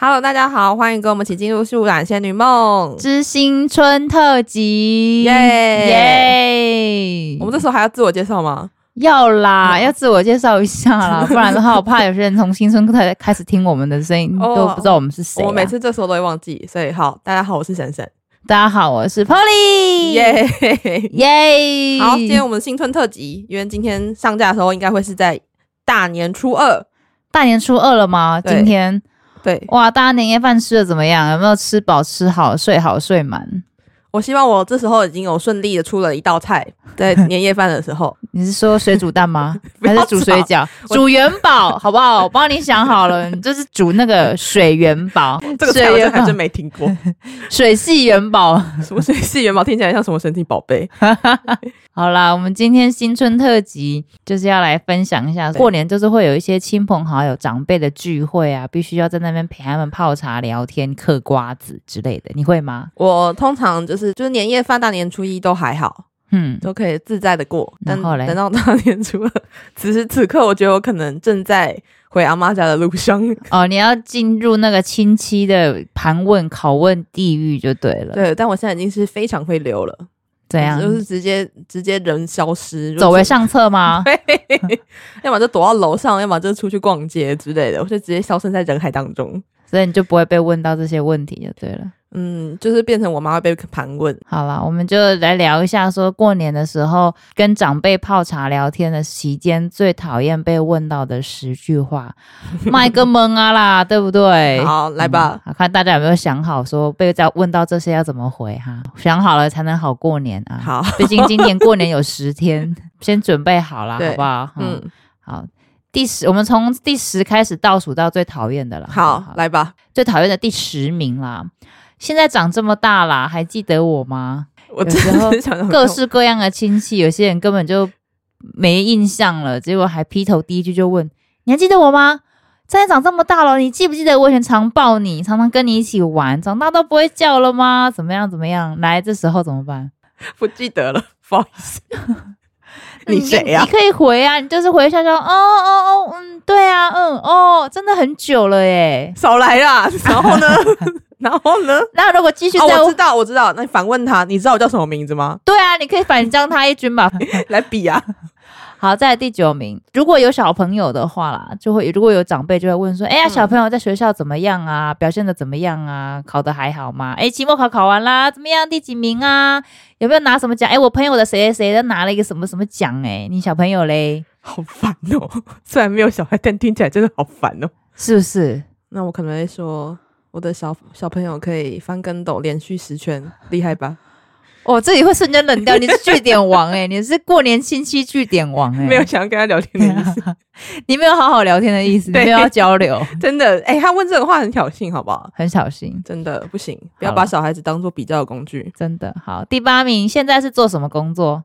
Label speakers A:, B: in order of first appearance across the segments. A: Hello，大家好，欢迎跟我们一起进入《树懒仙女梦》。
B: 之新春特辑，
A: 耶
B: 耶！
A: 我们这时候嗯还要自我介绍吗？
B: 要啦，要自我介绍一下 啦，不然的话，我怕有些人从新春开开始听我们的声音，
A: 哦
B: 都不知道我们是谁啊。
A: 我每次这时候都会忘记，所以好，大家好，我是沈 沈，
B: 大家好，我是 Polly，
A: 耶、
B: 耶！
A: 好，今天我们新春特辑，因为今天上架的时候应该会是在大年初二，
B: 大年初二了吗？
A: 对
B: 今天
A: 对
B: 哇，大家年夜饭吃的怎么样？有没有吃饱、吃好、睡好、睡满？
A: 我希望我这时候已经有顺利的出了一道菜， 在年夜饭的时候，
B: 你是说水煮蛋吗？
A: 不要
B: 还是煮水饺？
A: 我
B: 煮元宝好不好？我帮你想好了，你就是煮那个水元宝
A: ，这个菜
B: 水
A: 我
B: 元
A: 真
B: 宝
A: 还真没听过，
B: 水系元宝。
A: 什么水系元宝听起来像什么神奇宝贝，
B: 好啦，我们今天新春特辑就是要来分享一下，
A: 对
B: 过年就是会有一些亲朋好友、长辈的聚会啊，必须要在那边陪他们泡茶、聊天、嗑瓜子之类的，你会吗？
A: 我通常就是就是年夜饭大年初一都还好，
B: 嗯，
A: 都可以自在的过。但
B: 然后嘞
A: 等到大年初二，此时此刻，我觉得我可能正在回阿妈家的路上。
B: 哦，你要进入那个亲戚的盘问、拷问地狱就对了，
A: 对，但我现在已经是非常会溜了，
B: 怎样？
A: 就是直接直接人消失，
B: 啊走为
A: 为，
B: 上策吗？
A: 要么就躲到楼上，要么就出去逛街之类的，我就直接消失在人海当中。
B: 所以你就不会被问到这些问题就对了。
A: 嗯，就是变成我妈会被盘问。
B: 好啦，我们就来聊一下，说过年的时候跟长辈泡茶聊天的期间，最讨厌被问到的十句话， 卖个萌啊啦，对不对？
A: 好，来吧
B: 嗯，，好看大家有没有想好说被在问到这些要怎么回哈？想好了才能好过年啊。，
A: 好，
B: 毕竟今年过年有十天， 先准备好啦，
A: 对
B: 好不好？嗯，
A: 嗯，
B: 好。第十，我们从第十开始倒数到最讨厌的了。不
A: 好，来吧，
B: 最讨厌的第十名啦。现在长这么大啦，还记得我吗？
A: 我
B: 有
A: 真
B: 时
A: 的
B: 候
A: 是想
B: 各式各样的亲戚，有些人根本就没印象了，结果还劈头第一句就问：“你还记得我吗？”现在长这么大了，你记不记得我以前常抱你，常常跟你一起玩，长大都不会叫了吗？怎么样？怎么样？来，这时候怎么办？
A: 不记得了，不好意 思。 你
B: 就
A: 谁呀
B: 你？可以回啊，你就是回一下说：“哦哦哦，嗯，对啊，嗯，哦，真的很久了耶。
A: 少来 啦！然后呢？然后呢？”
B: 那如果继续
A: 哦，
B: 再、
A: 我知道，我知道。那你反问他，你知道我叫什么名字吗？
B: 对啊，你可以反将他一军吧，
A: 来比啊！
B: 好，在第九名，如果有小朋友的话啦，就会如果有长辈就会问说，哎、呀，
A: 嗯
B: 小朋友在学校怎么样啊？表现的怎么样啊？考的还好吗？哎、期末考考完啦，怎么样？第几名啊？有没有拿什么奖？哎、我朋友的谁谁谁都拿了一个什么什么奖？哎，你小朋友嘞，
A: 好烦哦。 虽然没有小孩，但听起来真的好烦哦。
B: 是不是？
A: 那我可能会说，我的小小朋友可以翻跟斗连续十圈，厉害吧？
B: 哦，这里会瞬间冷掉，你是据点王哎、你是过年亲戚据点王 哎、
A: 没有，想要跟他聊天的意思，
B: 你没有好好聊天的意思，你
A: 对
B: 没有要交流，
A: 真的。哎、他问这种话很挑衅，好不好？
B: 很小心。
A: 真的不行，不要把小孩子当做比较的工具。
B: 真的好。第八名，现在是做什么工作？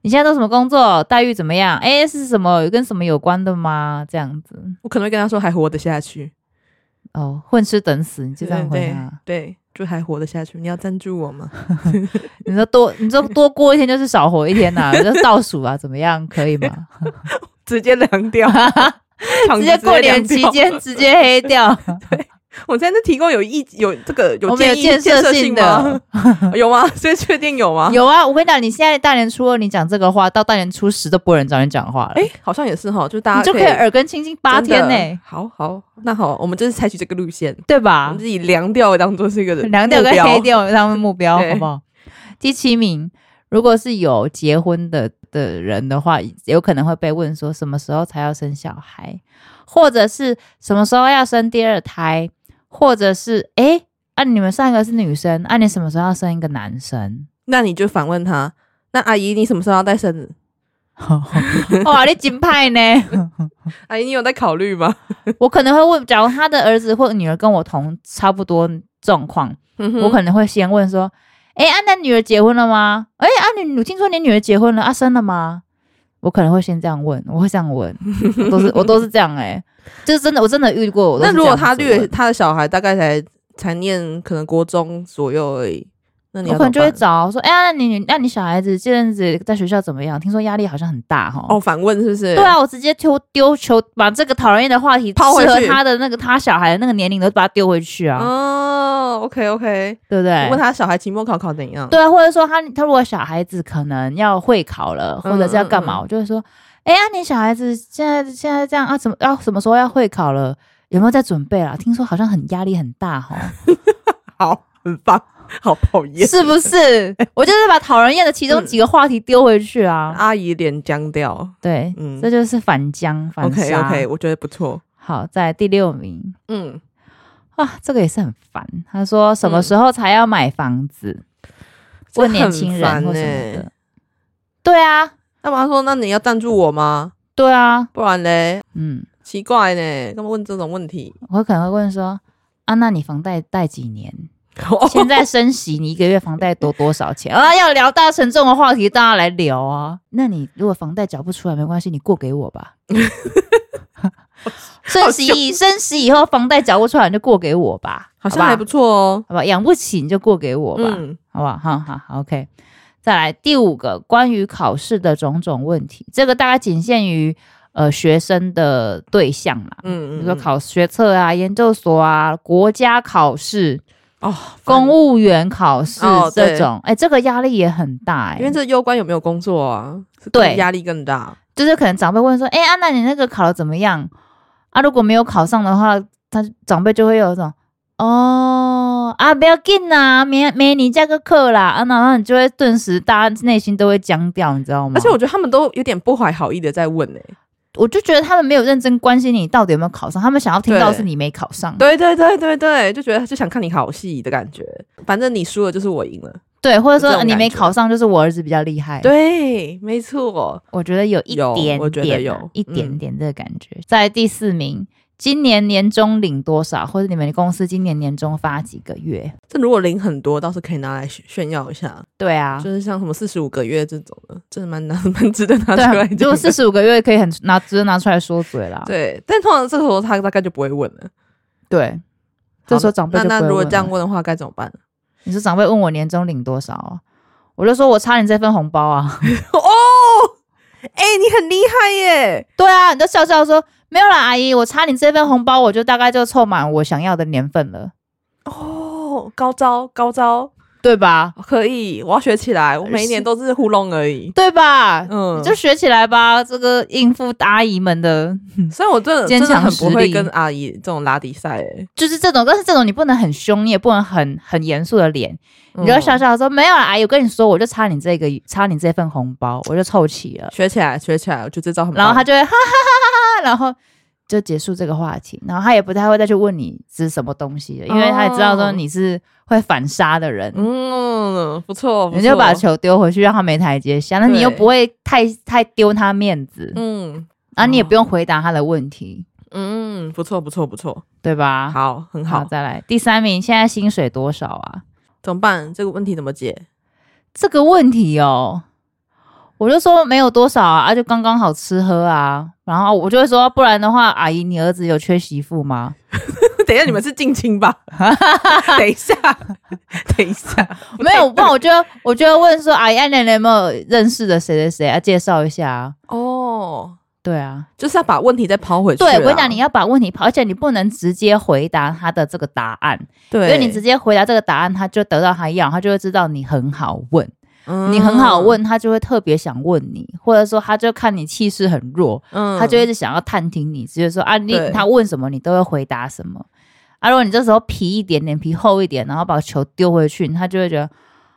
B: 你现在做什么工作？待遇怎么样？哎，是什么跟什么有关的吗？这样子
A: 我可能会跟他说还活得下去，
B: 哦，混吃等死，你就这样啊回
A: 对
B: 答。
A: 对，就还活得下去。你要赞助我吗？
B: 你说多，你说多过一天就是少活一天呐、你就倒数啊，怎么样？可以吗？
A: 直接凉 掉，场
B: 直
A: 子
B: 接过年
A: 凉
B: 期
A: 掉
B: 间直接黑掉，
A: 我现在提供有意有这个有
B: 我们有
A: 建议
B: 建设
A: 设
B: 性
A: 吗
B: 的？。
A: 有吗？所以确定有吗？
B: 有啊，我跟你讲，你现在大年初二你讲这个话，到大年初十都不会有人找你讲话了，
A: 哎、好像也是哈，就大家
B: 你就可以耳根清净八
A: 真
B: 天
A: 的
B: 呢、
A: 好好，那好，我们就是采取这个路线，
B: 对
A: 我
B: 吧
A: 们？自己凉掉当做是一个
B: 凉掉
A: 目
B: 跟
A: 标
B: 黑。掉他们 目标，
A: 对
B: 好不好？第七名，如果是有结婚的的人的话，有可能会被问说什么时候才要生小孩，或者是什么时候要生第二胎，或者是诶，啊你们上一个是女生，啊你什么时候要生一个男生？
A: 那你就反问他，那阿姨你什么时候要带生日？
B: 哇，你金派呢？
A: 阿姨你有在考虑吗？
B: 我可能会问，假如他的儿子或女儿跟我同差不多状况， 我
A: 我
B: 可能会先问说：“哎、安南女儿结婚了吗？哎、安南，我听说你女儿结婚了，啊，生了吗？”我可能会先这样问，我会这样 问，我都是我都是这样哎、就是真的，我真的遇过。我都是
A: 那如果
B: 这样
A: 他
B: 子
A: 略
B: 问
A: 他的小孩大概才才念可能国中左右而已，那你
B: 我
A: 要
B: 可能
A: 怎
B: 就
A: 么
B: 会
A: 办
B: 找说，哎、呀，那你那你小孩子这阵子在学校怎么样？听说压力好像很大哈。
A: 哦，反问是不是？
B: 对，啊，我直接丢丢球，把这个讨人厌的话题，
A: 抛回
B: 适合
A: 去
B: 他的那个他小孩的那个年龄的，把他丢回去啊，
A: 哦，OK OK，
B: 对不对
A: 问？他小孩期末考考怎样？
B: 对啊，或者说他他如果小孩子可能要会考了，或者是要干
A: 嗯
B: 嘛，
A: 嗯嗯
B: 我就会说，哎呀，你小孩子现在现在这样啊，怎么啊什么时候要会考了？有没有在准备啊？听说好像很压力很大 哈，
A: 好，很棒，好讨厌。
B: 是不是？我就是把讨人厌的其中几个话题丢回去啊。
A: 阿姨脸僵掉。
B: 对，
A: 嗯
B: 这就是反将反
A: OK
B: 杀。
A: OK，我觉得不错。
B: 好，在第六名
A: 嗯，
B: 啊，这个也是很烦。他说什么时候才要买房子？
A: 嗯这
B: 问年
A: 很
B: 轻人
A: 烦
B: 或什么
A: 欸
B: 的。对啊，
A: 那妈说，那你要赞助我吗？
B: 对啊，
A: 不然嘞，
B: 嗯，
A: 奇怪呢，干嘛问这种问题？
B: 我可能会问说，啊，那你房贷贷 几年？
A: 哦
B: 现在升息，你一个月房贷多多少 钱啊？要聊大家沉重的话题，大家来聊啊。那你如果房贷缴不出来，没关系，你过给我 吧。升息，升息以后房贷缴不出来，你就过给我吧。
A: 好像
B: 吧
A: 还不错哦。
B: 好吧，养不起你就过给我吧，
A: 嗯，
B: 好不好？好好好，OK。再来第五个，关于考试的种种问题，这个大概仅限于呃学生的对象啦，
A: 嗯
B: 比
A: 嗯，
B: 如说考学测啊、研究所啊、国家考试、
A: 哦，
B: 公务员考试
A: 哦
B: 这
A: 对
B: 种，哎、这个压力也很大、哎，
A: 因为这攸关有没有工作啊，是
B: 对
A: 更压力更大。
B: 就是可能长辈问说，哎、安娜，你那个考的怎么样？啊，如果没有考上的话，他长辈就会有一种，哦，啊，不要紧啦，明明你加个课啦，啊，然后你就会顿时大家内心都会僵掉，你知道吗？
A: 而且我觉得他们都有点不怀好意的在问呢。欸
B: 我就觉得他们没有认真关心你到底有没有考上，他们想要听到的是
A: 对
B: 你没考上，
A: 对对对对对，就觉得就想看你好戏的感觉。反正你输了就是我赢了。
B: 对或者
A: 这
B: 说
A: 种
B: 呃你
A: 感
B: 没
A: 觉
B: 考上就是我儿子比较厉害，，
A: 哎对，没错。
B: 我觉得有一
A: 有
B: 点
A: 我觉得
B: 点啊、
A: 有
B: 一点
A: 嗯
B: 点这个感觉。在第四名，今年年终领多少，或者你们公司今年年终发几个月？
A: 这如果零很多，倒是可以拿来炫炫耀一下，
B: 对啊
A: 就。是像什么四十五个月这种的，真的蛮拿 蛮值得拿出
B: 对啊
A: 来，
B: 如
A: 讲
B: 果
A: 的。
B: 四十五个月可以很拿，直接拿出来说嘴啦。
A: 对，但通常这个时候他大概就不会问了。
B: 对，这时候长辈
A: 那
B: 就不会
A: 那如果
B: 问
A: 这样
B: 了，
A: 问的话，该怎么办？
B: 你说长辈问我年终领多少啊，我就说我差你这份红包 啊。
A: 哦，哎、你很厉害耶！
B: 对啊，你就笑笑说没有啦，阿姨，我差你这份红包，我就大概就凑满我想要的年份了，
A: 哦，高招高招，
B: 对吧？
A: 可以，我要学起来。我每一年都是糊弄而 已。
B: 对吧？
A: 嗯，
B: 你就学起来吧，这个应付阿姨们的，
A: 虽然我真的
B: 坚
A: 真
B: 强
A: 的很不
B: 实
A: 会
B: 力
A: 跟阿姨这种拉迪赛、欸，
B: 就是这种，但是这种你不能很凶，你也不能很很严肃的脸，你就
A: 嗯
B: 笑笑说、没有啦，阿姨，我跟你说，我就差你这个，差你这份红包，我就凑齐了，
A: 学起来，学起来，我觉得这招很棒。
B: 然后他就会哈哈哈哈哈，然后就结束这个话题，然后他也不太会再去问你是什么东西了，因为他也知道说
A: 哦
B: 你是会反杀的人，
A: 嗯，不错，不错
B: 你就把球丢回去，让他没台阶下。那你
A: 对
B: 又不会太太丢他面子，
A: 嗯
B: 然后你也不用回答他的问题，
A: 嗯，不错，不错，不错，
B: 对吧？
A: 好，很好。
B: 啊再来第三名，现在薪水多少啊？
A: 怎么办？这个问题怎么解？
B: 这个问题哦，我就说没有多少啊，啊就刚刚好吃喝啊。然后我就会说，不然的话，阿姨，你儿子有缺媳妇 吗？
A: 等一下，你们是近亲 吧？等一下，等一下，
B: 没有，不然我就我就会问说，阿姨，啊那你有没有认识的谁谁谁啊？介绍一下啊。
A: 哦，
B: 对啊，
A: 就是要把问题再抛回去啦。
B: 对，我跟你讲，你要把问题抛，而且你不能直接回答他的这个答案，因
A: 对，
B: 为你直接回答这个答案，他就得到他要，他就会知道你很好问，
A: 嗯
B: 你很好，问，他就会特别想问你，或者说他就看你气势很弱，
A: 嗯
B: 他就一直想要探听你，直接说啊，你
A: 对
B: 他问什么你都会回答什么。啊，如果你这时候皮一点点、皮厚一点，然后把球丢回去，他就会觉得，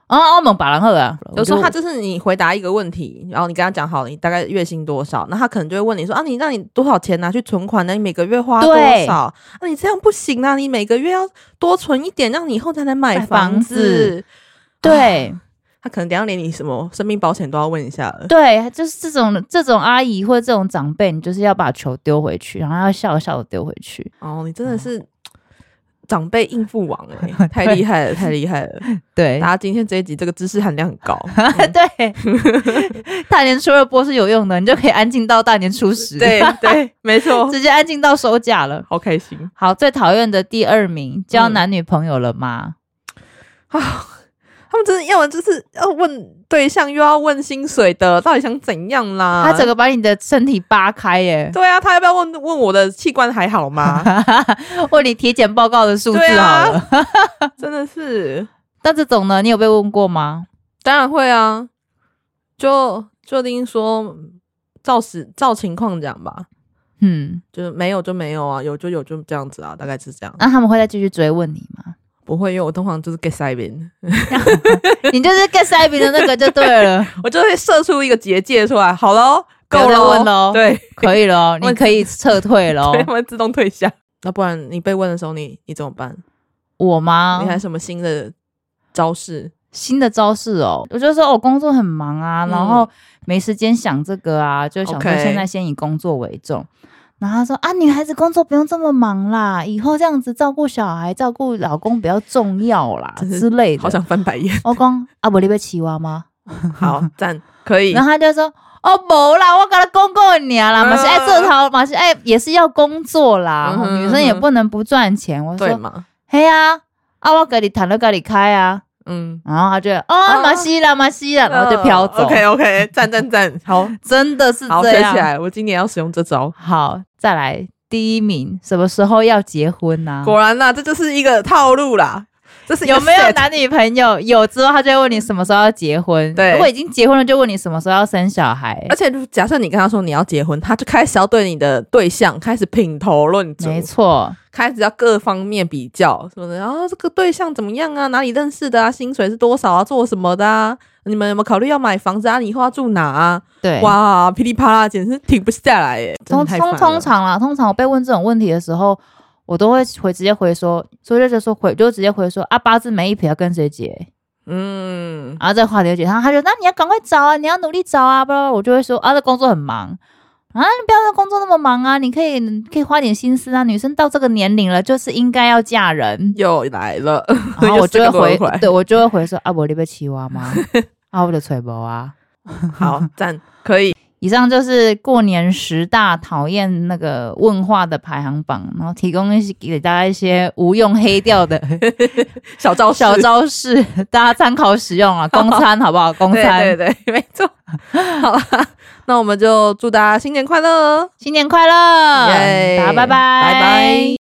B: 哦，澳门把人喝啊，
A: 有时候
B: 我
A: 他
B: 就
A: 就是你回答一个问题，然后你跟他讲好了，你大概月薪多少，那他可能就会问你说啊，你那你多少钱拿去存款呢？你每个月花多
B: 对
A: 少？那、啊、你这样不行啊，你每个月要多存一点，让你以后才能买
B: 买
A: 房啊
B: 房子对。
A: 他可能等一下连你什么生命保险都要问一下了。
B: 对，就是这种这种阿姨或者这种长辈，你就是要把球丢回去，然后要笑笑的丢回去。
A: 哦，你真的是长辈应付王 哎、太厉害了，太厉害了！
B: 对
A: 大家今天这一集这个知识含量很高。
B: 对， 大年初二播是有用的，你就可以安静到大年初十，
A: 对对，没错，
B: 直接安静到收假了。
A: 好开心。
B: 好，最讨厌的第二名，交
A: 嗯
B: 男女朋友了吗？
A: 他们真的要么就是要问对象，又要问薪水的，到底想怎样啦？
B: 他整个把你的身体扒 开耶，
A: 对啊，他要不要问问我的器官还好 吗？
B: 问你体检报告的数字
A: 啊对啊
B: 好了。
A: 真的是，
B: 但这种呢，你有被问过吗？
A: 当然会啊，就就听说照实照情况讲吧，
B: 嗯，
A: 就是没有就没有啊，有就有就这样子啊，大概是这样。
B: 那、他们会再继续追问你 吗？
A: 不会，因为我通常就是 get 塞边，
B: 你就是跟塞比的那个就对了，
A: 我就会射出一个结界出来，好喽，
B: 不要
A: 够
B: 再
A: 了，
B: 问哦喽
A: 对，
B: 可以了，
A: 我
B: 你可以撤退 了。
A: 对，他们自动退下。那不然你被问的时候你，你怎么办？
B: 我吗
A: 你？还有什么新的招式？
B: 新的招式哦，我就说我、工作很忙啊，
A: 嗯
B: 然后没时间想这个啊，就想说
A: OK
B: 现在先以工作为重。然后他说啊，女孩子工作不用这么忙啦，以后这样子照顾小孩、照顾老公比较重要啦
A: 真是
B: 之类的。
A: 好想翻白眼。
B: 我讲啊，无你要饲我吗？
A: 好， 赞，可 以
B: 然。后他就说哦，无啦，我跟他公公娘啦，
A: 嗯
B: 嘛是爱这头，嘛是爱也是要工作啦
A: 嗯，哼
B: 女生也
A: 嗯哼
B: 不能不赚钱。我
A: 对
B: 说
A: 嘛？
B: 嘿呀、啊，啊我跟你谈了跟你开啊，
A: 嗯，
B: 然后他就哦，马西啦，马西啦，然后就飘走。
A: OK OK，赞赞 赞，好
B: 真的是
A: 好
B: 这
A: 学
B: 样。
A: 起来，我今年要使用这招。
B: 好，再来第一名，什么时候要结婚啊呢、
A: 果然啦，这就是一个套路啦。这是一个
B: 有没有
A: set
B: 男女朋友？有之后，他就会问你什么时候要结婚。
A: 对
B: 如果已经结婚了，就问你什么时候要生小孩
A: 而。且，假设你跟他说你要结婚，他就开始要对你的对象开始品头论足，
B: 没错，
A: 开始要各方面比较什么的。然后这个对象怎么样啊？哪里认识的啊？薪水是多少啊？做什么的啊？你们有没有考虑要买房子啊？你以后要住哪啊？
B: 对。
A: 哇，噼里啪啦，简直停不下来耶！真的
B: 通
A: 太烦
B: 通
A: 了
B: 通常啦，通常我被问这种问题的时候，我都会回直接回说，所以就直接说回就直接回说啊，八字没一撇要跟谁结，
A: 嗯，，
B: 然后这个话题就解，然后他就那你要赶快找啊，你要努力找啊，不然我就会说啊，这工作很忙啊，你不要这工作那么忙啊，你可以你可以花点心思啊，女生到这个年龄了，就是应该要嫁 人
A: 又来了，
B: 然后我
A: 又是
B: 就
A: 个
B: 会
A: 轮回
B: 回，对我就会回说啊，我你被七娃吗？啊，我的吹毛啊。
A: 好赞，可以，
B: 以上就是过年十大讨厌那个问话的排行榜，然后提供一些给大家一些无用黑掉的
A: 小招式
B: 小，招式，大家参考使 用啊，公餐好不好？公
A: 对
B: 餐，
A: 对 对，没错。好啦，那我们就祝大家新年快乐，
B: 新年快乐，
A: 耶
B: 大家拜拜，
A: 拜拜。